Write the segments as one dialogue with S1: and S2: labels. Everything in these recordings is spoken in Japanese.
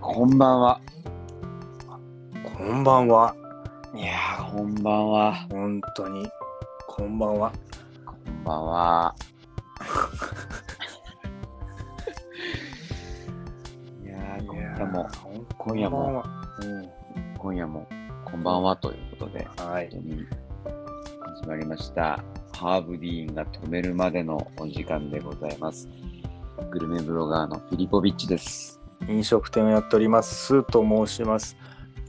S1: こんばんは。
S2: こんばんは。
S1: いやー、こんばんは。
S2: 本当に。こんばんは。
S1: こんばん は。いやー、今夜も、
S2: こ
S1: 今
S2: ん
S1: 夜
S2: ばん
S1: も、
S2: は。
S1: 今夜も、こんばんはということで、
S2: うんはい。
S1: 本当に始まりました。ハーブディーンが止めるまでのお時間でございます。グルメブロガーのフィリポビッチです。
S2: 飲食店をやっております。スーと申します。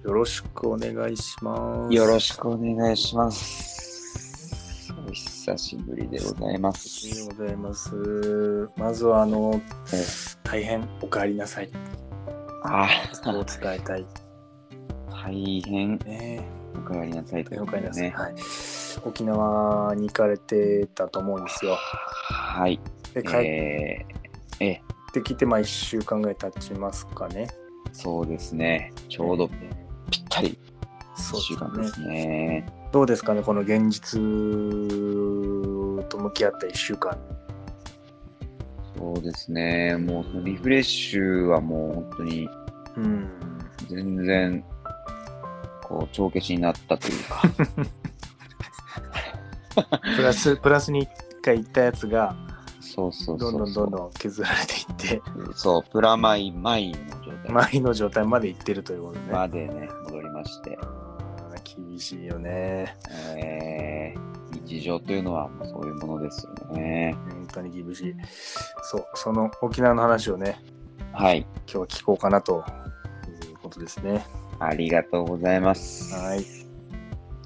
S2: よろしくお願いします。
S1: よろしくお願いします。お久しぶりでございま
S2: ありが
S1: す
S2: と。うございます。まずはあの
S1: ええ、
S2: 大変お帰りなさい。
S1: あ
S2: お
S1: ー
S2: 伝えたい。
S1: 大変
S2: ねえ。
S1: おかえりなさいという
S2: 大変お
S1: こと
S2: 帰り
S1: で
S2: なさい。
S1: ね。
S2: はい。沖縄に行かれてたと思うんですよ。
S1: はい。
S2: で、帰っ
S1: えー、え、
S2: てきて、まあ1週間ぐらい経ちますかね。
S1: そうですね。ちょうどぴったり1
S2: そう
S1: 週間
S2: で
S1: ですす。
S2: ね
S1: ね。
S2: どうですかね、この現実と向き合った1週間。
S1: そうですね。もうそのリフレッシュはもう本当に
S2: うん。
S1: 全然、こう、帳消しになったという か。
S2: プラス、プラスに1回行ったやつが、
S1: そうそうそ
S2: ど
S1: うんそう。
S2: どんどんどん削られていって、
S1: そう、プラマイマイの状態ま
S2: 前の状態まで行ってるということね。
S1: でね、戻りまして、
S2: あー厳しいよね。
S1: えー、日常というのはもうそういうものですよね。
S2: 本当に厳しい。そう、その沖縄の話をね、
S1: はい、
S2: 今日は聞こうかなということですね。
S1: ありがとうございます。
S2: はい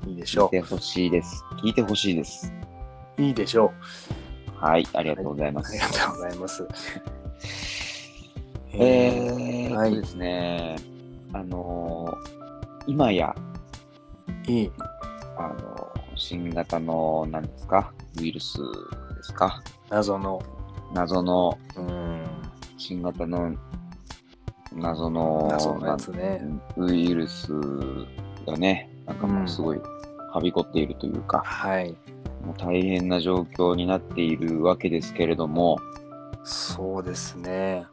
S2: いいでし
S1: 聞い
S2: ょ
S1: てほしいです。聞いてほしいです。
S2: う。いいでしょ。
S1: はい、ありがとうございうま
S2: あ
S1: す。
S2: りがとうございます。
S1: え
S2: え
S1: ー、
S2: は
S1: はいい、ですね、あのー今や、
S2: ーいい。
S1: あのー新型の、何ですか、ウイルスですか、
S2: 謎の。
S1: 謎の、
S2: うん。
S1: 新型の謎の
S2: 謎のやつね。
S1: ウイルスがね、なんかもうすごいはびこっているというか、
S2: はい。
S1: もう大変な状況になっているわけですけれども、
S2: そうですね。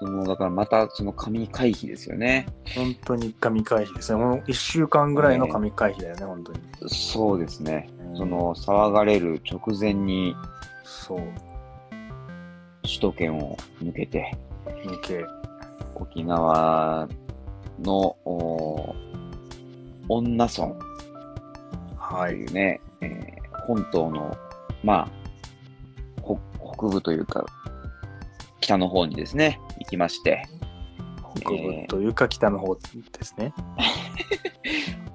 S1: そのだからまたその紙回避ですよね。
S2: 本当に神回避ですね。この1週間ぐらいの神回避だよね、本当に。
S1: そうですね。
S2: うん
S1: その騒がれる直前に
S2: そう。
S1: 首都圏を抜けて
S2: 抜け。
S1: 沖縄のお女村
S2: は
S1: と
S2: い
S1: い。うね、えー本島の、まあ、ほ北部というか、北の方にですね、行きまして、
S2: 北部というか北の方ですね。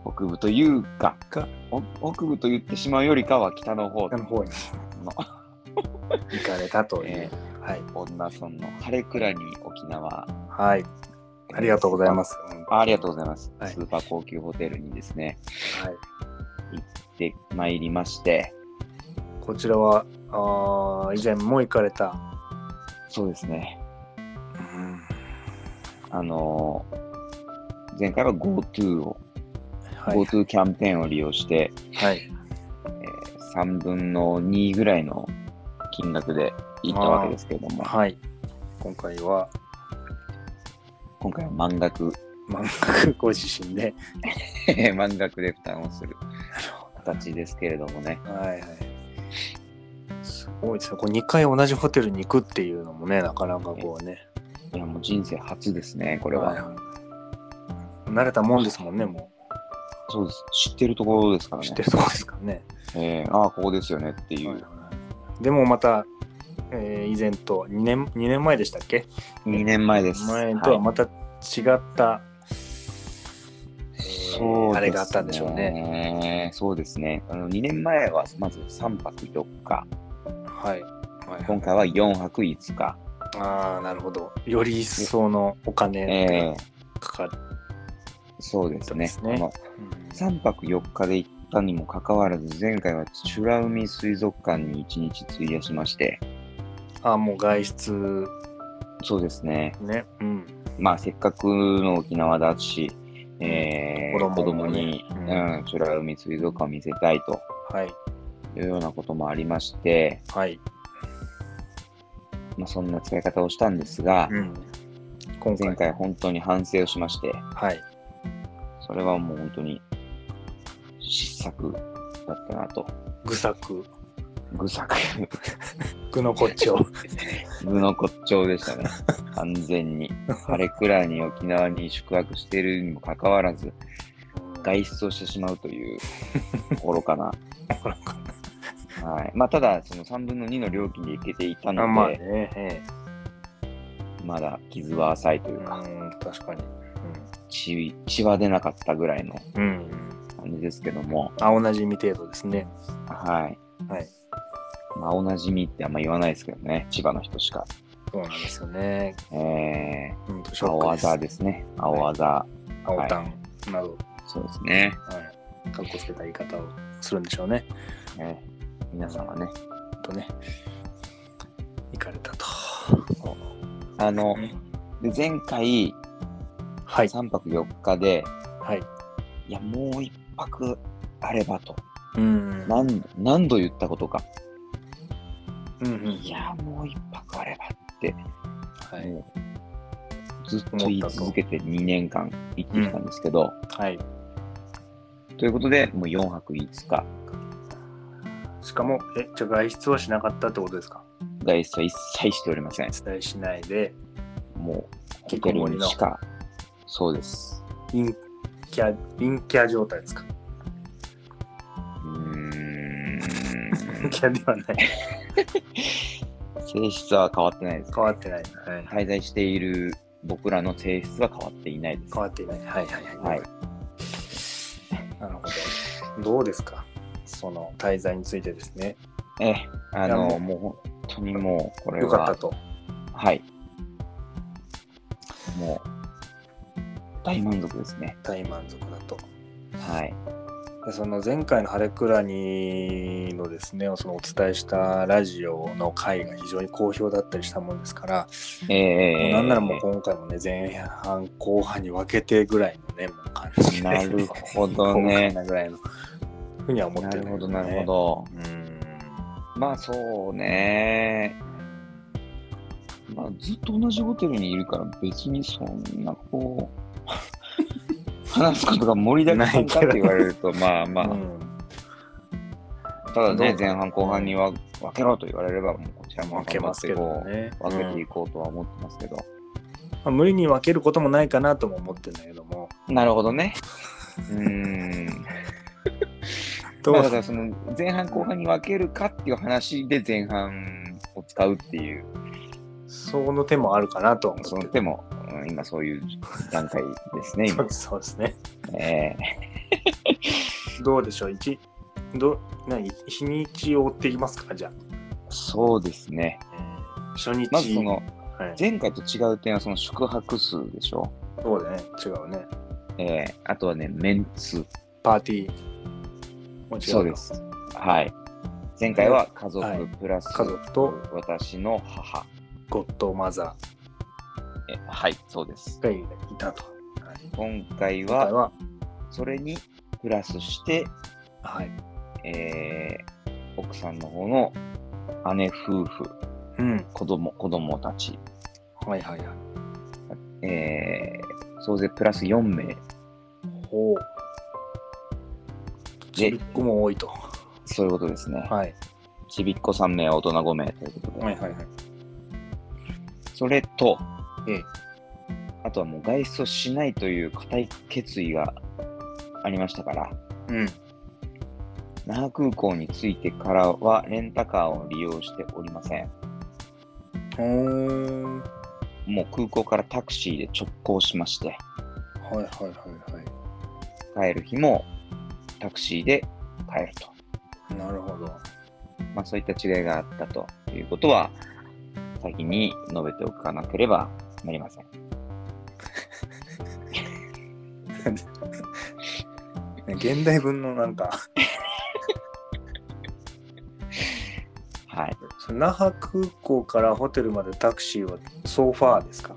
S1: 北部というか、
S2: か
S1: お北部と言ってしまうよりかは北の方
S2: 北の 方に
S1: の
S2: 行かれたとい
S1: え
S2: う。はい。
S1: 女村の晴れ倉に沖縄。。
S2: はい。ありがとうございますす。
S1: あありがとうございます、
S2: はい
S1: スーパー高級ホテルにですね、
S2: はい。
S1: で、参りまして、
S2: こちらは、あー以前も行かれた。
S1: そうですね、
S2: うん。
S1: あのー前回は GoTo を、
S2: はい。
S1: GoTo キャンペーンを利用して、
S2: はい。
S1: えー3分の2ぐらいの金額で行ったわけですけれども、
S2: はい。今回は、
S1: 今回は満額、
S2: 満額ご自身で。
S1: 満額で負担をする形ですけれどもね、
S2: はいはい。すごいですね。こう2回同じホテルに行くっていうのもね、なかなかこうね。
S1: いやもう人生初ですね、これは。
S2: はいはい慣れたもんですもんね、も
S1: そうです。知ってるところですから
S2: う。
S1: ね。
S2: 知ってるとこですからね。
S1: えーああ、ここですよねっていう。
S2: はいはいでもまた、えー以前と2年 ,2 年前でしたっけ
S1: 2年前です。
S2: 前とは
S1: はい
S2: また違った、
S1: そうで
S2: えー
S1: すね
S2: あれがあったんでしょうね。
S1: そうですね。あの2年前はまず3泊4日、
S2: はい。はい
S1: 今回は4泊5日。
S2: ああ、なるほど。より一層のお金
S1: え
S2: がかかる。
S1: ーそうですね。
S2: そうですね
S1: あの3泊4日で行ったにもかかわらず、前回は美ら海水族館に1日費やしまして、
S2: ああ、もう外出
S1: そうですね、
S2: ね。うん。
S1: まあ、せっかくの沖縄だし、えー
S2: 子供もね
S1: 子供に、
S2: う
S1: うんん、美ら海水族館を見せたいと
S2: はい。
S1: いうようなこともありまして、
S2: はい。
S1: まあ、そんな使い方をしたんですが、
S2: うん。今回。
S1: 前回本当に反省をしまして、
S2: はい。
S1: それはもう本当に失策だったなと。
S2: 愚策。
S1: 愚策、
S2: 愚の骨頂。
S1: 愚の骨頂でしたね。完全に。あれくらいに沖縄に宿泊しているにもかかわらず、外出をしてしまうという愚かな。はい。まあ、ただ、その3分の2の料金で行けていたの
S2: あ
S1: で、
S2: まあね、え
S1: まだ傷は浅いとい
S2: え
S1: うか、
S2: うん、確かに。
S1: 血血は出なかったぐらいの
S2: うん。うん。
S1: 感じですけども、
S2: あ、おなじみ程度ですね。
S1: はい。
S2: はい。
S1: まあ、おなじみってあんま言わないですけどね、千葉の人しか。
S2: そうなんですよね。
S1: え
S2: うんと、シ
S1: ー、
S2: ョ
S1: 青
S2: ックです
S1: 技。ですね。青技。
S2: 青タンなど、
S1: そうですね。
S2: はい。かっこつけた言い方をするんでしょうね。
S1: えー皆さんはね、
S2: とね。行かれたと。
S1: あの、で前回
S2: はい。
S1: 3泊4日で、
S2: はい。
S1: いや、もう1泊あればと、
S2: うん。
S1: 何何度言ったことか、
S2: うんうん。
S1: いや、もう1泊あればって、
S2: はい。
S1: もうずっと言い続けて2年間行ってきたんですけど、
S2: はい。
S1: ということで、もう4泊5日、
S2: しかも、え、じゃあ外出はしなかったってことですか
S1: 外出は一切しておりません。
S2: 伝えしないで、
S1: もう、ホテルにしか、そうです。
S2: 陰キャ、陰キャ状態ですか
S1: うーん、
S2: 陰キャではない。
S1: 性質は変わってないです。
S2: 変わってない。はい。
S1: 滞在している僕らの性質は変わっていないです。
S2: 変わっていない。はいはいはい。
S1: はい、
S2: なるほど。どうですかその滞在についてですね。
S1: ええ、あ
S2: いや
S1: の、もう本当にもう、これ
S2: よかった
S1: は、
S2: と。
S1: はい。もう、大満足ですね。
S2: 大満足だと。
S1: はい。
S2: でその前回のハレクラニのですね、そのお伝えしたラジオの回が非常に好評だったりしたもんですから、
S1: ええ
S2: もうなんならもう今回もね、前半後半に分けてぐらいのね、もう感じで
S1: なるほどね
S2: 豪快なぐらいのふうには思っ
S1: な
S2: て
S1: るほど、
S2: んだ
S1: な
S2: け
S1: るほ。
S2: ね
S1: ど。
S2: うーん。
S1: まあそうね。まあずっと同じホテルにいるから別にそんなこう、話すことが盛りだくさんかって言われると、まあまあ、
S2: うん
S1: ただ
S2: ど
S1: ね
S2: う、
S1: 前半後半には分けろと言われれば、もうこちらも
S2: 分けますけどね。
S1: 頑張ってこう分けて
S2: う
S1: い
S2: ん
S1: こうとは思って ますけど。
S2: まあ無理に分けることもないかなとも思ってんだけども。
S1: なるほどね。うーん。
S2: どう
S1: まあだからその前半後半に分けるかっていう話で前半を使うっていう、
S2: その手もあるかなとは思って
S1: そ
S2: る
S1: の手も、うん今そういう段階ですね、
S2: そ
S1: 今
S2: う。そうですね。
S1: ええ
S2: どうでしょう一ど何日にちを追っていきますかじゃ
S1: そうですね
S2: あ。。初日。
S1: まずその
S2: はい、
S1: 前回と違う点はその宿泊数でしょ。
S2: そうだね。違うね。
S1: ええあとはね、メンツ。
S2: パーティーも違か
S1: そうで。す。はい。前回は家
S2: は
S1: 族
S2: い
S1: プラス、
S2: 家族と
S1: 私の母。
S2: ゴッドマザ
S1: えはい、そうです
S2: ー。がいたと。はい
S1: 今回
S2: 今回
S1: は
S2: は、
S1: それにプラスして、
S2: はい。
S1: ええ奥さんの方の姉夫婦、
S2: うん。
S1: 子供、子供たち、
S2: はいはいはい。
S1: ええ総勢プラス4名
S2: ほう。ち
S1: で
S2: びっ、こも多いと。
S1: そういうことですね。
S2: はい。
S1: ちびっこ3名、大人5名ということで。
S2: はいはいはい。
S1: それと、
S2: ええ
S1: あとはもう外出をしないという固い決意がありましたから、
S2: うん。
S1: 那覇空港に着いてからはレンタカーを利用しておりません。
S2: ほー。
S1: もう空港からタクシーで直行しまして、
S2: はいはいはいは
S1: 帰る日もタクシーで帰ると。
S2: い。なるほど。
S1: まあそういった違いがあったということは、先に述べておかなければなりません。
S2: ね現代文のなんか、
S1: はい。
S2: その那覇空港からホテルまでタクシーはソファーですか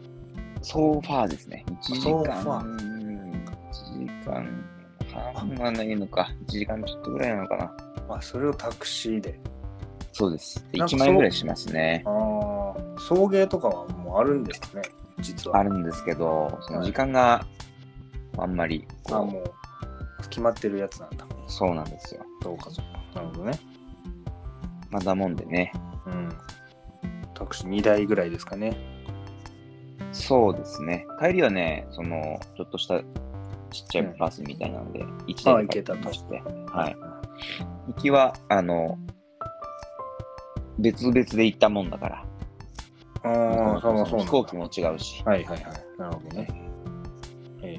S1: ソーファーですね。1時
S2: ソーフ
S1: 間、
S2: ァー
S1: 1時間半はないのか、1時間ちょっとぐらいなのかな。
S2: あ、それをタクシーで。
S1: そうです。
S2: なんか
S1: 1万円ぐらいしますね
S2: あ。あ、送迎とかはもうあるんですかね。実
S1: あ
S2: は。
S1: るんですけど、その時間があんまりこう
S2: あ、もう、決まってるやつなんだ。
S1: そうなんですよ。
S2: そうか、そうか。なるほどね。
S1: まあだもんでね。
S2: うん。タクシー2台ぐらいですかね。
S1: そうですね。帰りはね、その、ちょっとしたちっちゃいバスみたいなので、一台
S2: あ行けたと
S1: まして。はい。。行きは、あの、別々で行ったもんだから。
S2: ああ、そうなんだ
S1: 飛行機も違うし。
S2: はいはいはい。なるほどね。え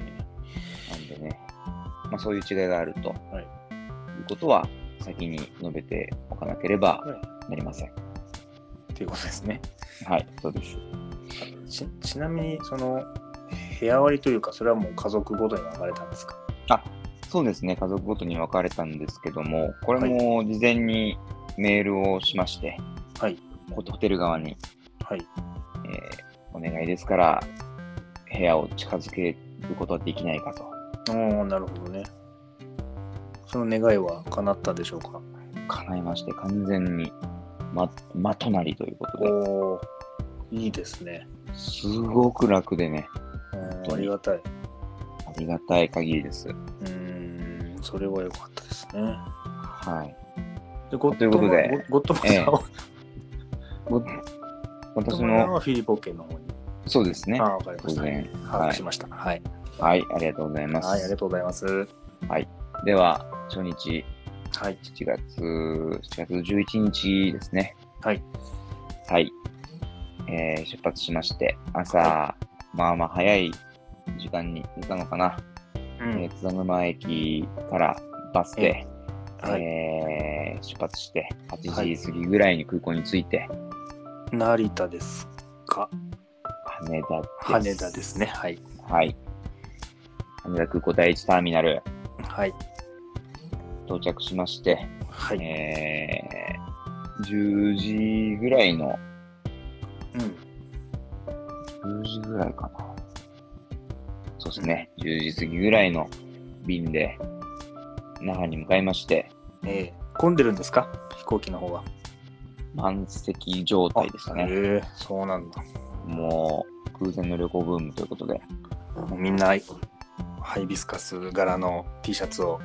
S1: なんでね、まあそういう違いがあると。
S2: はい
S1: い。うことは、先に述べておかなければなりません。
S2: えっていうことですね。
S1: はい、そうです。
S2: ちちなみに、その、部屋割りというか、それはもう家族ごとに分かれたんですか
S1: そうですね、家族ごとに分かれたんですけども、これも事前にメールをしまして、
S2: はい。
S1: ホホテル側に、
S2: はい。
S1: えーお願いですから、部屋を近づけることはできないかと。
S2: おーなるほどね。その願いは叶ったでしょうか
S1: 叶いまして、完全に、ま、まとなりということで、
S2: おおいいですね。
S1: すごく楽でね、
S2: うん
S1: 当に
S2: ありがたい。
S1: ありがたい限りです。
S2: うーん、それは良かったですね。
S1: はい。
S2: で、ゴ
S1: ということで
S2: ゴゴッドマザーは、
S1: ご
S2: ゴッ
S1: 私
S2: ドマザー
S1: の、
S2: はフィリポ県の方に。
S1: そうですね
S2: あ。あ、わかりま
S1: 当
S2: した。
S1: 然。
S2: 把
S1: は
S2: 握しました。はい。
S1: い。はい、ありがとうございます。
S2: はい、ありがとうございます。
S1: では、初日、
S2: はい。
S1: 7月、7月11日ですね。
S2: はい。
S1: はい。えー出発しまして、朝、
S2: は
S1: まあまあ早い時間に出たのかな。
S2: う
S1: えー、津田沼駅からバスで、
S2: はい、
S1: えー出発して、
S2: は
S1: 8
S2: い
S1: 時過ぎぐらいに空港に着いて、
S2: 成田ですか
S1: 羽田です。
S2: 羽田ですね。。はい。
S1: はい。羽田空港第一ターミナル、
S2: はい。
S1: 到着しまして、
S2: はい。
S1: えー、10時ぐらいの、
S2: うん。
S1: 10時ぐらいかな。そうですね、10時過ぎぐらいの便で、那覇に向かいまして、
S2: えー、混んでるんですか飛行機の方は。
S1: 満席状態でしたね。
S2: へえそうなんだ。
S1: もう、空前の旅行ブームということで、
S2: もうみんなハイビスカス柄の T シャツを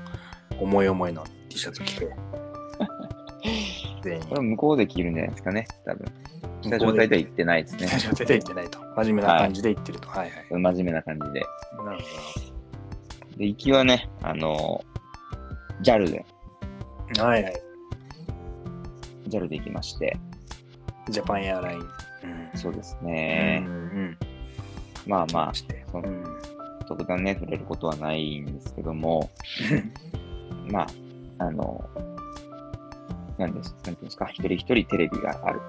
S2: 思い思いの T シャツ着て全員
S1: これは向こうで着るんじゃないですかね、多分。来た
S2: 向こ
S1: 状
S2: うで
S1: 態では行ってないですね。
S2: 最初出ていってないと真面目な感じで言ってるとはいはい、
S1: 真面目な感じで。
S2: なる
S1: で、行きはね、あの、JAL で、
S2: ほどはいはい
S1: JAL で行きまして、
S2: ジャパンエアライン
S1: そうです
S2: え
S1: ね
S2: う。んうん
S1: まあまあ、
S2: して
S1: そ
S2: うん
S1: 特段ね、触れることはないんですけど も、まあ、あの、なんです、なんていうんですか、一人一人テレビがある。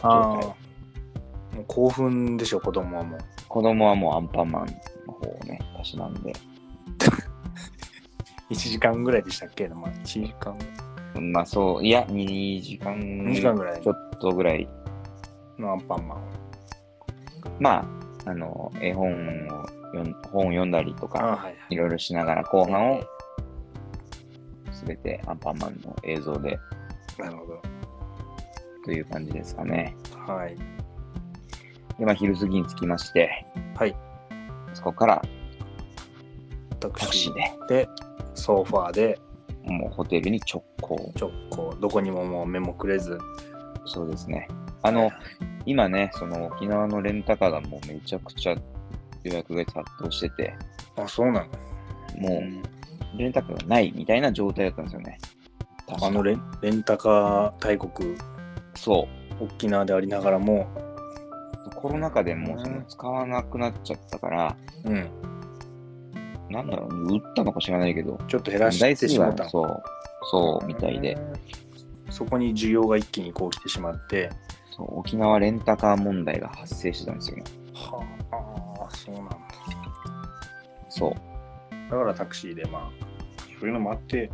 S2: ああもう興奮でしょ子供はもう
S1: 子供はもうアンパンマンの方をね、たしなんで、
S2: 1時間ぐらいでしたっけ、まあ、1時間
S1: まあそう、いや、2時間、
S2: 2時間ぐらい
S1: ちょっとぐらい、
S2: のアンパンマンを
S1: まあ、あの、絵本を読ん、本を読んだりと
S2: あ
S1: か、
S2: はい
S1: いろいろしながら後半
S2: はい
S1: をすべてアンパンマンの映像で
S2: なるほど
S1: という感じですかね。
S2: はい
S1: で、まあ昼過ぎに着きまして、
S2: はい。
S1: そこから
S2: タク
S1: タク
S2: シ
S1: シ
S2: ー
S1: ーで、
S2: でソファーで
S1: もうホテルに直行。
S2: 直行どこにももう目もくれず
S1: そうですね。あの、今ね、その沖縄のレンタカーがもうめちゃくちゃ予約が殺到してて、
S2: あそうなの
S1: もうレンタカーがないみたいな状態だったんですよね。確か
S2: あのレンレンタカー大国
S1: そ
S2: 沖縄でありながらも
S1: う。コロナ禍でもうその
S2: うん
S1: 使わなくなっちゃったから、
S2: うん
S1: なんだろう、売ったのか知らないけど、
S2: ちょっと減らしてしまったの
S1: そう、そう、みたいで、
S2: うんそこに需要が一気にこう来てしまって
S1: そう沖縄レンタカー問題が発生してたんですよね。
S2: はあそうなんだ
S1: そう。
S2: だからタクシーでまあそういうのもあって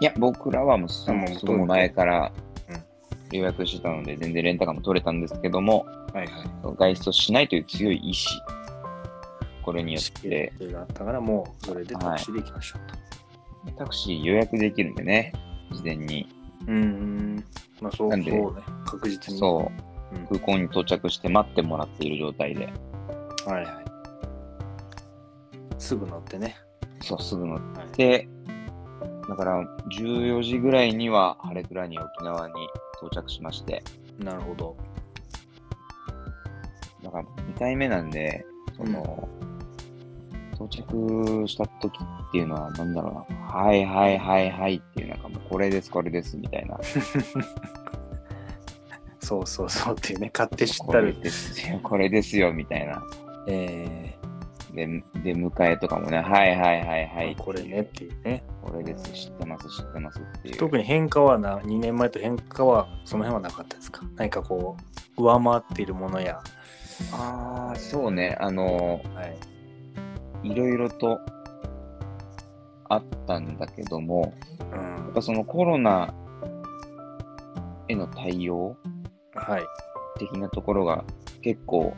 S1: いや、僕らはもうす
S2: もう
S1: すごい前から
S2: うん
S1: 予約してたので、全然レンタカーも取れたんですけども、
S2: はいはい
S1: 外出をしないという強い意志、これによって、
S2: 定があったからもうそれでタクシーで行きましょうと、
S1: タクシー予約できるんでね、事前に。
S2: うんまあそう
S1: な
S2: そうん
S1: で
S2: ね確実に
S1: そう
S2: うん、
S1: 空港に到着して待ってもらっている状態で、
S2: はいはい。すぐ乗ってね。
S1: そう、すぐ乗っ
S2: はい、
S1: て、だから14時ぐらいには晴れくらに沖縄に到着しまして、
S2: なる ほど。
S1: だから2回目なんで、その、到着した時っていうのは、なんだろうな、はいはいはいはいっていう、なんかもうこれです、これですみたいな、
S2: そうそうそうっていうね、勝手知っ
S1: こ
S2: た
S1: れ
S2: る。
S1: ですよ、これですよみたいな。
S2: え
S1: で、で迎えとかもね、はいはいはい
S2: ー
S1: はい、
S2: これねっていうね。
S1: これです、知ってます、知ってますっていう。
S2: 特に変化はな、2年前と変化は、その辺はなかったですか何かこう、上回っているものや、
S1: ああ、そうね、あの、
S2: はい。
S1: いろいろとあったんだけども、
S2: う
S1: やっ
S2: ん。
S1: ぱそのコロナへの対応
S2: はい。
S1: 的なところが結構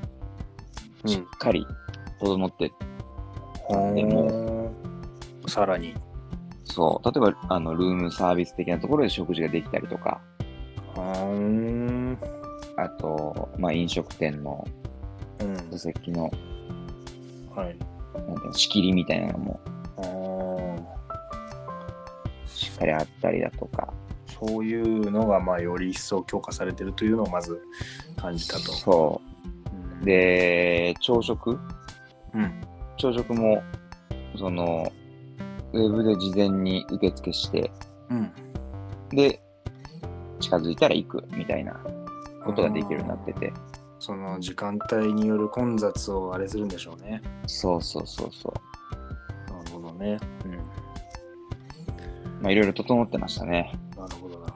S1: しっかり整って、
S2: うん、
S1: で
S2: も、さらに。
S1: そう、例えばあのルームサービス的なところで食事ができたりとか、
S2: うーん。
S1: あと、まあ、飲食店の
S2: うん
S1: 座。席の
S2: はい。
S1: なんていうの仕切りみたいなのも
S2: あー
S1: しっかりあったりだとか、
S2: そういうのが、まあ、より一層強化されてるというのをまず感じたと。
S1: そ
S2: うん
S1: う。、で、朝食
S2: うん。
S1: 朝食も、その、ウェブで事前に受付して、
S2: うん。
S1: で、近づいたら行くみたいなことができるようになってて、
S2: その時間帯による混雑をあれするんでしょうね。
S1: そうそうそうそう。
S2: なるほどね。うん。
S1: まあ、いろいろ整ってましたね。
S2: なるほど、なる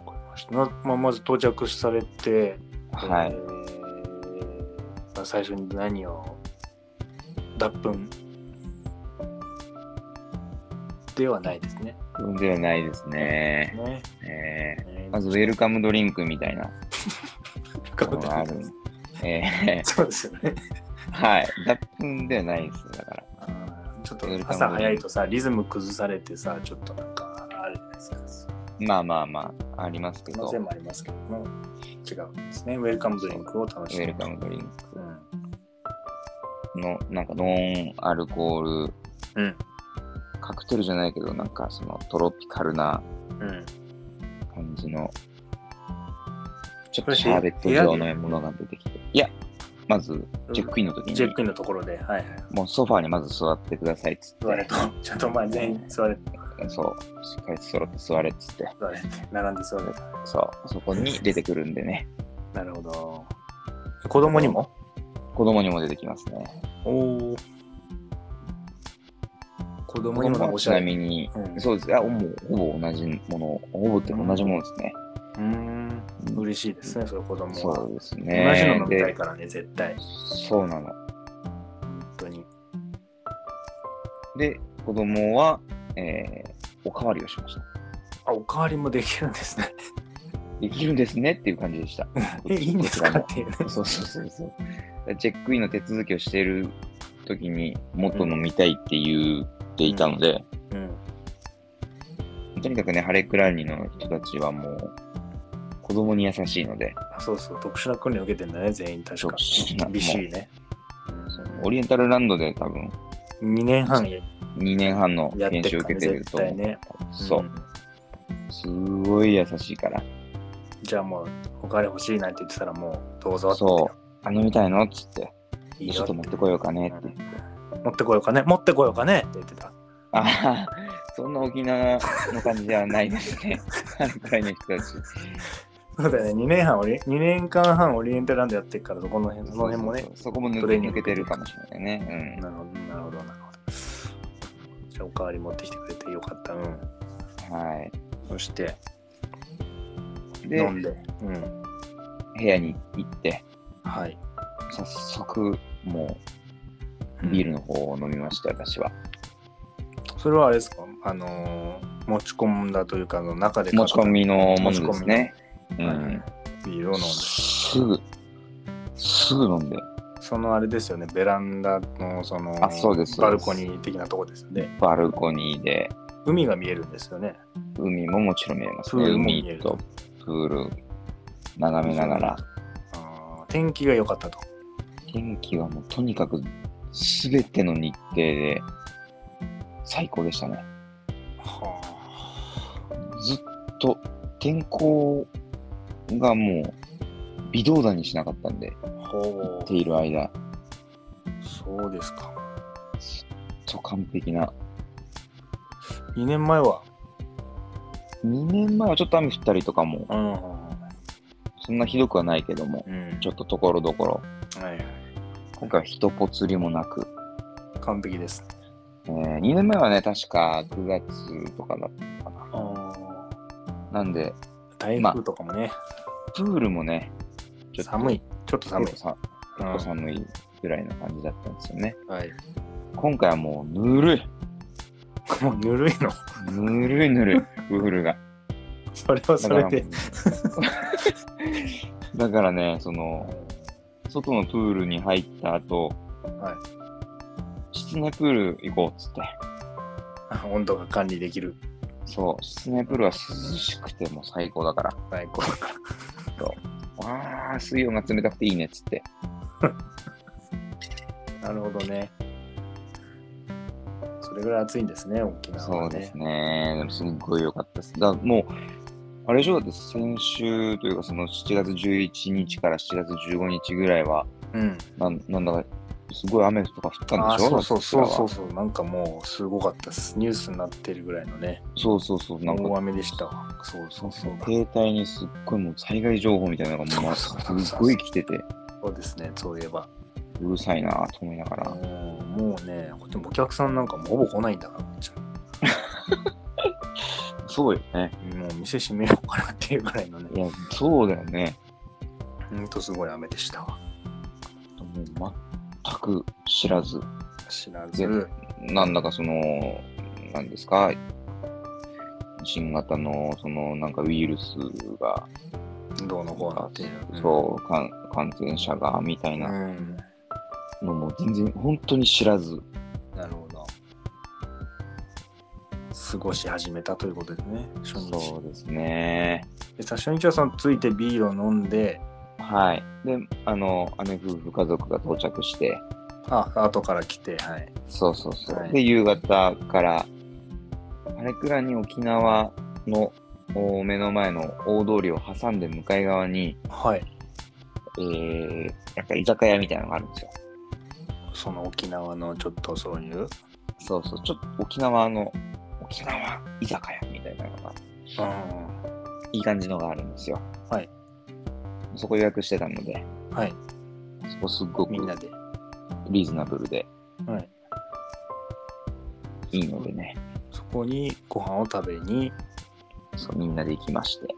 S2: ほど。わかりました。なまあ、まず到着されて、
S1: は
S2: え
S1: い。
S2: ーまあ、最初に何を脱粉ではないですね。
S1: うんではないですね。
S2: ね
S1: え
S2: え
S1: ー
S2: ー
S1: まず、ウェルカムドリンクみたいな
S2: かぶ
S1: の
S2: って
S1: があ
S2: な
S1: るん
S2: い
S1: です。え
S2: そうですよね。
S1: ーはい。脱粉ではないです。だから。
S2: あーちょっと朝早いとさ、リズム崩されてさ、ちょっとなんか、あれじゃないですか。す
S1: まあまあまあ、ありますけ
S2: いま
S1: ど
S2: せ、んもありますけども、違うんですね。ウェルカムドリンクを楽
S1: ウ
S2: しむ。
S1: ェルカムドリン
S2: うん
S1: クの、なんか、ノンアルコール、
S2: うん
S1: カクテルじゃないけど、なんか、その、トロピカルな
S2: うん。
S1: 感じの、ちょっ
S2: ことれ
S1: シャーベット状のものが出てきて、いや、まず、チェックインの時
S2: チェッ
S1: に、
S2: クインのところで、はいはい。
S1: もうソファーにまず座ってくださいっつ
S2: 座れ
S1: っ
S2: と、 ちゃんと前全員座れ、
S1: て、そう、しっかり揃って座れっつって、
S2: 座れ、並んで座れ。
S1: そう、そこに出てくるんでね、
S2: なるほど。子供にも
S1: 子供にも出てきますね。
S2: おお。子
S1: 子
S2: 供に
S1: 供
S2: もなんか
S1: は
S2: お
S1: ち
S2: しゃ
S1: な
S2: れ。
S1: みに、
S2: うん
S1: そうです、あもうほぼ同じもの、ほぼっていうか同じものですね。
S2: うーん。
S1: うん
S2: 嬉しいですね、そういう子供
S1: そ
S2: は。
S1: うです
S2: 同じの
S1: ね
S2: 飲。みたい
S1: で、
S2: からね、絶対。
S1: そうなの。
S2: 本当に。
S1: で、子供は、えーおかわりをしました。
S2: あ、おかわりもできるんですね。
S1: できるんですね っていう感じでした。
S2: え、いいんですか
S1: こ
S2: っ
S1: ち
S2: ていうね
S1: ら。もそうそうそうそう。チェックインの手続きをしている時にもっと飲みたいって言っていたので、
S2: うん。
S1: とにかくね、ハレクラーニの人たちはもう、子供に優しいので、
S2: あそうそう、特殊な訓練を受けてんだね、全員確か
S1: 特殊な。
S2: 厳しいね。
S1: オリエンタルランドで多分
S2: 2年半
S1: 2年半の
S2: やって
S1: 研修を
S2: る
S1: 受
S2: か
S1: けて
S2: らね、
S1: る
S2: 絶
S1: と思
S2: 対
S1: う。
S2: ね。
S1: そ
S2: ん
S1: う。。すごい優しいから。
S2: じゃあもう、お金欲しいなんて言ってたらもう、どうぞって。
S1: そう。あ、飲みたいのっつって。
S2: ういい
S1: ちょ
S2: よ
S1: っと持って
S2: て
S1: こようかねって。
S2: 持ってこようかね、持ってこようかねって言ってた。
S1: ああ、そんな沖縄の感じではないです ね。ハレクラーニの人たち。
S2: そうだよね、2年半オリ、2年間半オリエンタルランドやってっから、そこの辺、その辺もね
S1: そう。そうそうそこも抜
S2: ト
S1: け
S2: レーニン
S1: 抜け
S2: グ
S1: てるかもしれないね。
S2: なるほど、なるほど、なるほど。じゃあ、おかわり持ってきてくれてよかった。うん。
S1: うん。は
S2: そして、
S1: い。で
S2: 飲、んで。うん。
S1: 部屋に行って、
S2: はい。
S1: 早速、もう、ビールの方を飲みました、私は。
S2: うん。それはあれですかあのー、持ち込んだというか、あの中で買
S1: 持
S2: っ
S1: ち
S2: た
S1: 込みのものですね。う
S2: はいはい
S1: ん。
S2: ビールを飲んで。
S1: すぐ、すぐ飲んで、
S2: そのあれですよね、ベランダのその
S1: あそうですそう
S2: バ
S1: で
S2: ル
S1: す
S2: コニー的なとこですよね。
S1: バルコニーで、
S2: 海が見えるんですよね。
S1: 海ももちろん見えますね。
S2: プールも見える
S1: 海とプール、眺めながら、
S2: あー天気が良かったと。
S1: 天気はもうとにかくすべての日程で最高でしたね。
S2: は
S1: ずっと天候がもう微動だにしなかったんで、
S2: あ。ほ
S1: 行っている間、
S2: う。そうですか。
S1: と完璧な。
S2: 2年前は。
S1: 2年前はちょっと雨降ったりとかも、
S2: うん。
S1: そんなひどくはないけども、
S2: うん。
S1: ちょっとところどころ、
S2: はいはい。
S1: 今回は一ぽつりもなく、
S2: 完璧です。
S1: え2年前はね、確か9月とかだったかな。
S2: ああ。
S1: なんで、
S2: 台風とかもね、
S1: プールもね、ちょっと
S2: 寒い。ちょっと寒い。
S1: さ
S2: うん
S1: ちょっと寒いぐらいの感じだったんですよね。
S2: はい。
S1: 今回はもうぬるい。
S2: もうぬるいの。
S1: ぬるいぬるい、プールが。
S2: それはそれで。
S1: だからね、その、外のプールに入った後、
S2: は
S1: 室内プール行こうっつって。
S2: い。 温度が管理できる。
S1: そう、室内プールは涼しくてもう最高だから。
S2: 最高。
S1: わあ、水温が冷たくていいねっつって。
S2: なるほどね。それぐらい暑いんですね、沖縄
S1: そ
S2: は
S1: う
S2: ね。
S1: ですね。でもすっごい良かったです。だもう、あれ以上だって先週というかその7月11日から7月15日ぐらいは、
S2: うん。
S1: なんなんだか、すごい雨とか降ったん
S2: あ
S1: でしょ
S2: ーそうそうそう
S1: そ
S2: そうそう。なんかもうすごかったです。ニュースになってるぐらいのね。
S1: うそうそう。なんか
S2: 大雨でしたわ。そうそうそう。
S1: 携帯にすっごいもう災害情報みたいなのがもうす
S2: そうそうそうそう
S1: っごい来てて、
S2: そうですね、そういえば。
S1: うるさいなぁと思いながら、
S2: うんもうね、こっちもお客さんなんかもうほぼ来ないんだから、こっち
S1: そうよね。
S2: もう店閉めようかなっていうぐらいのね
S1: い。や、そうだよね。
S2: ほんとすごい雨でしたわ。
S1: もう全く知らず、
S2: 知ら
S1: で
S2: ず。
S1: なんだかその、なんですか、新型のそのなんかウイルスが、
S2: どうのこうのっていう。
S1: そう、感感染者がみたい
S2: うん。
S1: な
S2: うん。
S1: のも全然本当に知らず、
S2: なるほど。過ごし始めたということですね、初日。
S1: そうですね。
S2: でさ初日はそのついてビールを飲んで、
S1: はい。で、あの、姉夫婦家族が到着して、
S2: あ、後から来て、はい。
S1: そうそうそう。
S2: はい
S1: で、夕方から、あれくらいに沖縄のお目の前の大通りを挟んで向かい側に、
S2: はい。
S1: えー、なんか居酒屋みたいなのがあるんですよ。
S2: その沖縄のちょっとそういう。
S1: そうそう、ちょっと沖縄の、沖縄居酒屋みたいなのが、
S2: うん。
S1: いい感じのがあるんですよ。
S2: はい。
S1: そこ予約してたので、
S2: はい。
S1: そこすっごく
S2: みんなで。
S1: リーズナブルで
S2: はい。
S1: いいのでね、
S2: そこにご飯を食べに、
S1: そうみんなで行きまして。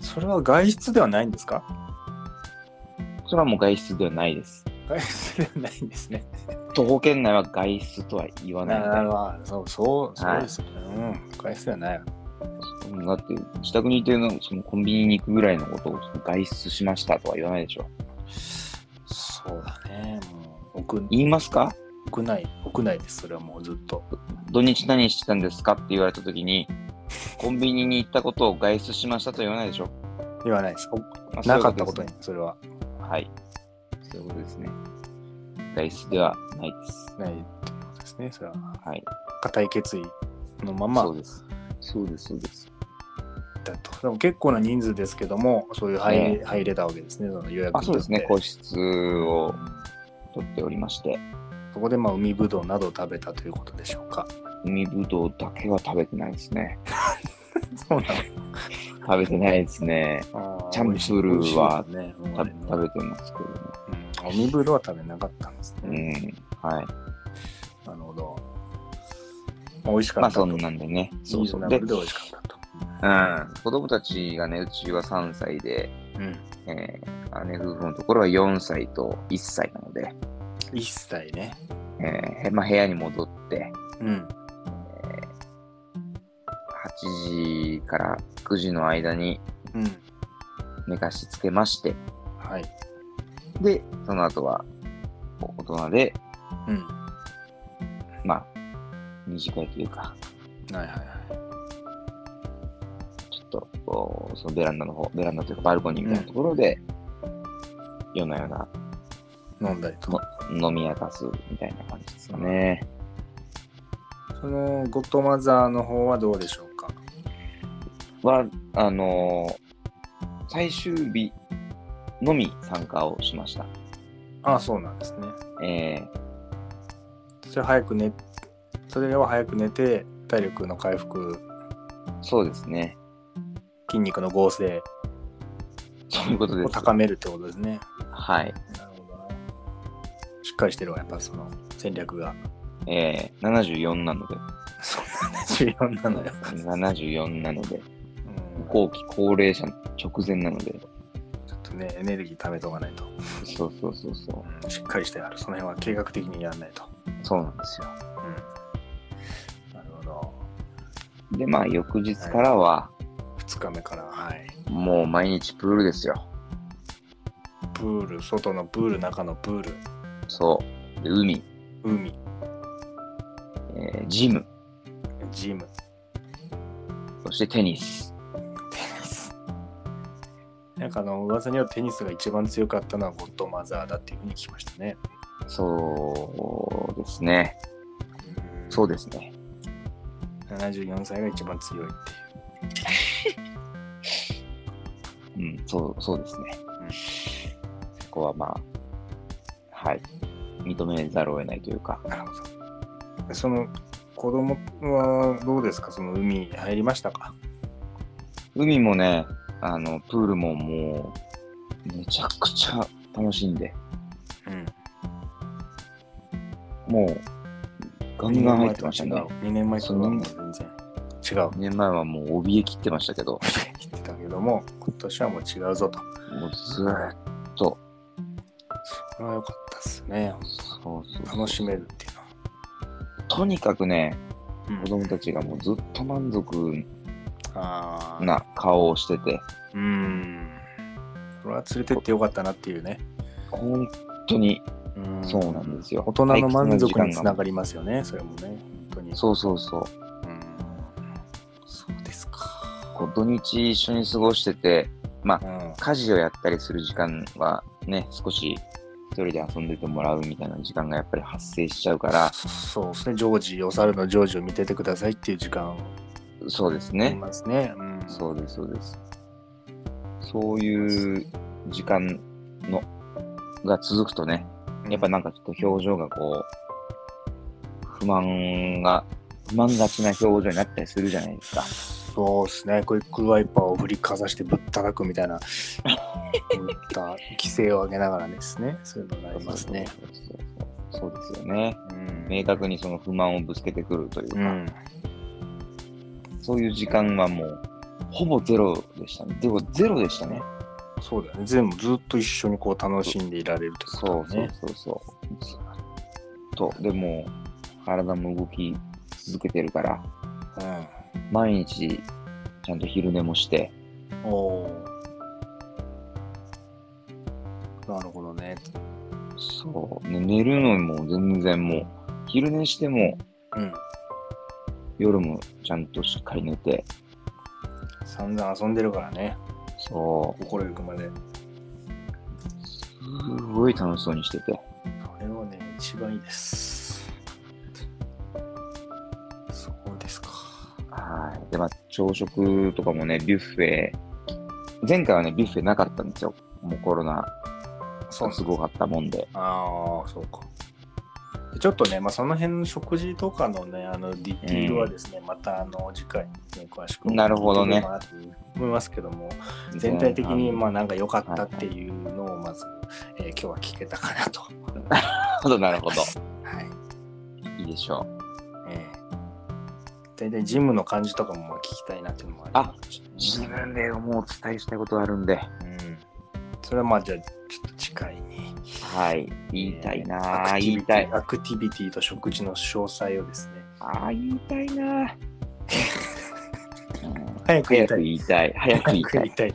S2: それは外出ではないんですか
S1: それはもう外出ではないです。
S2: 外出ではないんです ね。
S1: 徒歩圏内は外出とは言わないので
S2: なるほど。そう、そう、そ
S1: は
S2: う
S1: い
S2: ですよね。うん。外出ではない。
S1: うんだって、自宅にいての、そのコンビニに行くぐらいのことをその外出しましたとは言わないでしょ。
S2: そうだね。もう、屋
S1: 言いますか
S2: 屋内、屋内です。それはもうずっと。
S1: 土日何してたんですかって言われたときに、コンビニに行ったことを外出しましたとは言わないでしょ。
S2: 言わないです。お
S1: まあ
S2: なかったこ
S1: そ
S2: と。
S1: ういう
S2: に、それは。
S1: ですねはい。そういうことですね。外出ではないです。
S2: ないということですね。それは。
S1: はい。
S2: 固い決意のまま
S1: そうです。そうです、そうです。
S2: だと。でも結構な人数ですけども、そういう入れ,、
S1: え
S2: 入れたわけですね、その予約
S1: あそうですね。
S2: 取っ
S1: 個室を取っておりまして、
S2: てそこでまあ海ぶどうなどを食べたということでしょうか。
S1: 海ぶどうだけは食べてないですね。
S2: そうな
S1: 食べてないですね。
S2: の
S1: チャンプルは
S2: 美味しいですね、
S1: た食
S2: べ、
S1: べてますけどね。
S2: うん海ぶどうは食べなかったんです
S1: うん。
S2: ね。
S1: はい。
S2: なるほど。まあ美味しか
S1: まあ
S2: ったと。
S1: そんなんでね。そ
S2: リ
S1: う
S2: ーズ
S1: そう。
S2: ナ
S1: で、
S2: ブ
S1: う
S2: ルで美味しかったと。
S1: ん。子供たちがね、うちは3歳で、
S2: うん。
S1: えー姉夫婦のところは4歳と1歳なので、
S2: 一切ね。
S1: えーまあ、部屋に戻って、
S2: うん。
S1: 8時から9時の間に
S2: うん。
S1: 寝かしつけまして、
S2: はい。
S1: で、その後はお大人で、
S2: うん。は
S1: まあ、二次会というか、
S2: いはいは
S1: ちょっとこう、そのベランダの方、ベランダというかバルコニーみたいなところで、夜な夜な
S2: 飲んだりと
S1: ま飲み明かすみたいな感じですかね。
S2: そのゴッドマザーの方はどうでしょうか
S1: は、あのー最終日のみ参加をしました。
S2: ああそうなんですね
S1: え
S2: それ早く寝それは早く寝て体力の回復
S1: ーそうですね。
S2: 筋肉の合成
S1: そういうことで
S2: を
S1: す。
S2: 高めるってことですね
S1: はい。
S2: なるほどしっかりしてるわやっぱその戦略が
S1: えー、74なので、
S2: 重要なのよ、
S1: 74なので、
S2: うん、
S1: 後期高齢者直前なので、
S2: ちょっとねエネルギー貯めとかないと、
S1: そうそうそうそう。
S2: うんしっかりしてあるその辺は計画的にやらないと、
S1: そうなんですよ。
S2: うん、なるほど
S1: で、まあ、翌日からは、
S2: 2日目からはい
S1: もう毎日プールですよ。
S2: プール外のプール中のプール
S1: そう。で、海、
S2: 海
S1: えージム、
S2: ジム
S1: そしてテニス。
S2: テニスなんかあの噂にはテニスが一番強かったのはゴッドマザーだっていうふうに聞きましたね
S1: そうですね。そうですね。
S2: 74歳が一番強いっていう
S1: うん、そう、そうですね。そこはまあ、はい。認めざるを得ないというか。
S2: なるほどその子供はどうですかその海に入りましたか
S1: 海もね、あの、プールももう、めちゃくちゃ楽しんで、
S2: うん
S1: もう、ガンガン入ってましたね。
S2: 2年前とはもう全然違う
S1: 2年前はもう怯え切ってましたけど、
S2: 言ってたけども今年はもう違うぞと
S1: もうずーっと、
S2: それは良かったですね
S1: そうそうそう
S2: 楽しめるっていうのは、
S1: とにかくね、
S2: うん
S1: 子供たちがもうずっと満足
S2: ああ
S1: な顔をしてて、
S2: うーんそれは連れてってよかったなっていうね
S1: 本当に、
S2: うん
S1: そうなんですよ
S2: 大人の満
S1: 退屈
S2: 足
S1: な
S2: に
S1: 時
S2: つ
S1: 間
S2: な
S1: が
S2: がりますよねそれもね本当に
S1: そうそうそう。
S2: うんそうですか
S1: こう土日一緒に過ごしてて、
S2: うん
S1: 家事をやったりする時間はね、少し一人で遊んでてもらうみたいな時間がやっぱり発生しちゃうから、
S2: そそうですねジョージお猿のジョージを見ててくださいっていう時間
S1: そうです
S2: あり
S1: ね。
S2: ますねうん
S1: そうです、そうです。そういう時間の、が続くとね、やっぱなんかちょっと表情がこう、不満が、不満がちな表情になったりするじゃないですか。
S2: そうですねクイックワイパーを振りかざしてぶったたくみたい なそういった規制を上げながらですねそういうのがありますね
S1: そうそうそう。そうですよね。
S2: うん
S1: 明確にその不満をぶつけてくるというか、
S2: うん
S1: そういう時間はもう、ほぼゼロでしたね。でもゼロでしたね。
S2: そうだよね全部ずっと一緒にこう楽しんでいられるってこと
S1: そう
S2: だ
S1: そ
S2: ね
S1: うそうそう。ずっと、でも、体も動き続けてるから、毎日、ちゃんと昼寝もして、
S2: うん、おーなるほどね。
S1: そう、ね寝るのも全然もう、昼寝しても、
S2: うん。
S1: 夜もちゃんとしっかり寝て、
S2: 散々遊んでるからね。
S1: そ
S2: 心ゆくまで。
S1: う、すごい楽しそうにしてて、
S2: それはね、一番いいです。そうですか。
S1: はい。で、まあ、朝食とかもね、ビュッフェ、前回はね、ビュッフェなかったんですよ。もうコロナがすご
S2: い。
S1: かったもんで。
S2: ああ、そうか。でちょっとね、まあ、その辺の食事とかのね、あの、ディティールはですね、また、あの、次回、ね、詳しく。
S1: なるほどね。
S2: 思いますけども、全体的にまあなんか良かったっていうのをまず、えー今日は聞けたかなと。
S1: なるほど、なる ほど。
S2: はい。
S1: いいでしょう。
S2: えー、大体ジムの感じとかもまあ聞きたいなっていうのもあります
S1: 自分でもうお伝えしたいことがあるんで。
S2: うん。それはまあじゃあちょっと次回に。
S1: はい。言いたい
S2: ア
S1: な
S2: ク
S1: ぁ。言い
S2: ティビテ
S1: た
S2: ィ
S1: い。
S2: アクティビティと食事の詳細をですね。
S1: ああ、言いたいなぁ。うん
S2: 早く言 い
S1: 早
S2: た
S1: く
S2: い。
S1: 言いたい。早く言いたい。
S2: たい。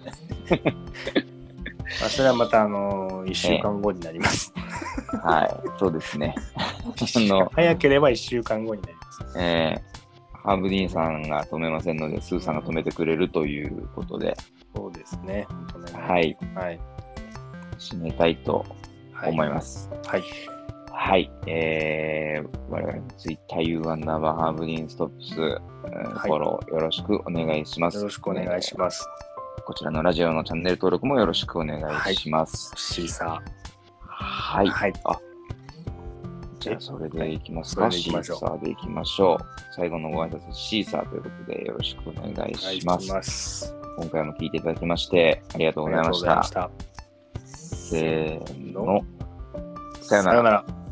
S2: まあそれはまたあのー、1週間後になります。
S1: はい。そうですね。あの、
S2: 早ければ1週間後になります。
S1: えーハーブディーンさんが止めませんので、スーさんが止めてくれるということで、
S2: そうですね。本当ね。
S1: はい。
S2: はい。
S1: 締めたいと
S2: はい
S1: 思います。
S2: はい。
S1: はい。えー、我々の Twitter、You are never having stops、うん
S2: はい
S1: フォローよろしくお願いします。
S2: よろしくお願いします。
S1: す。こちらのラジオのチャンネル登録もよろしくお願いします。
S2: シーサ
S1: は
S2: ー。
S1: い。
S2: はい。
S1: じゃあ、それでいきます
S2: は
S1: か。
S2: いそれで
S1: シー
S2: いきましょう
S1: サーでいきましょう。最後のご挨拶、シーサーということでよろしくお願い
S2: お願い
S1: し
S2: し
S1: ま。
S2: ますす。
S1: 今回も聞いていただきまして、ありがとうございました。
S2: ありがとうございました。
S1: せーの。さよな
S2: さ
S1: ら
S2: よ。なら。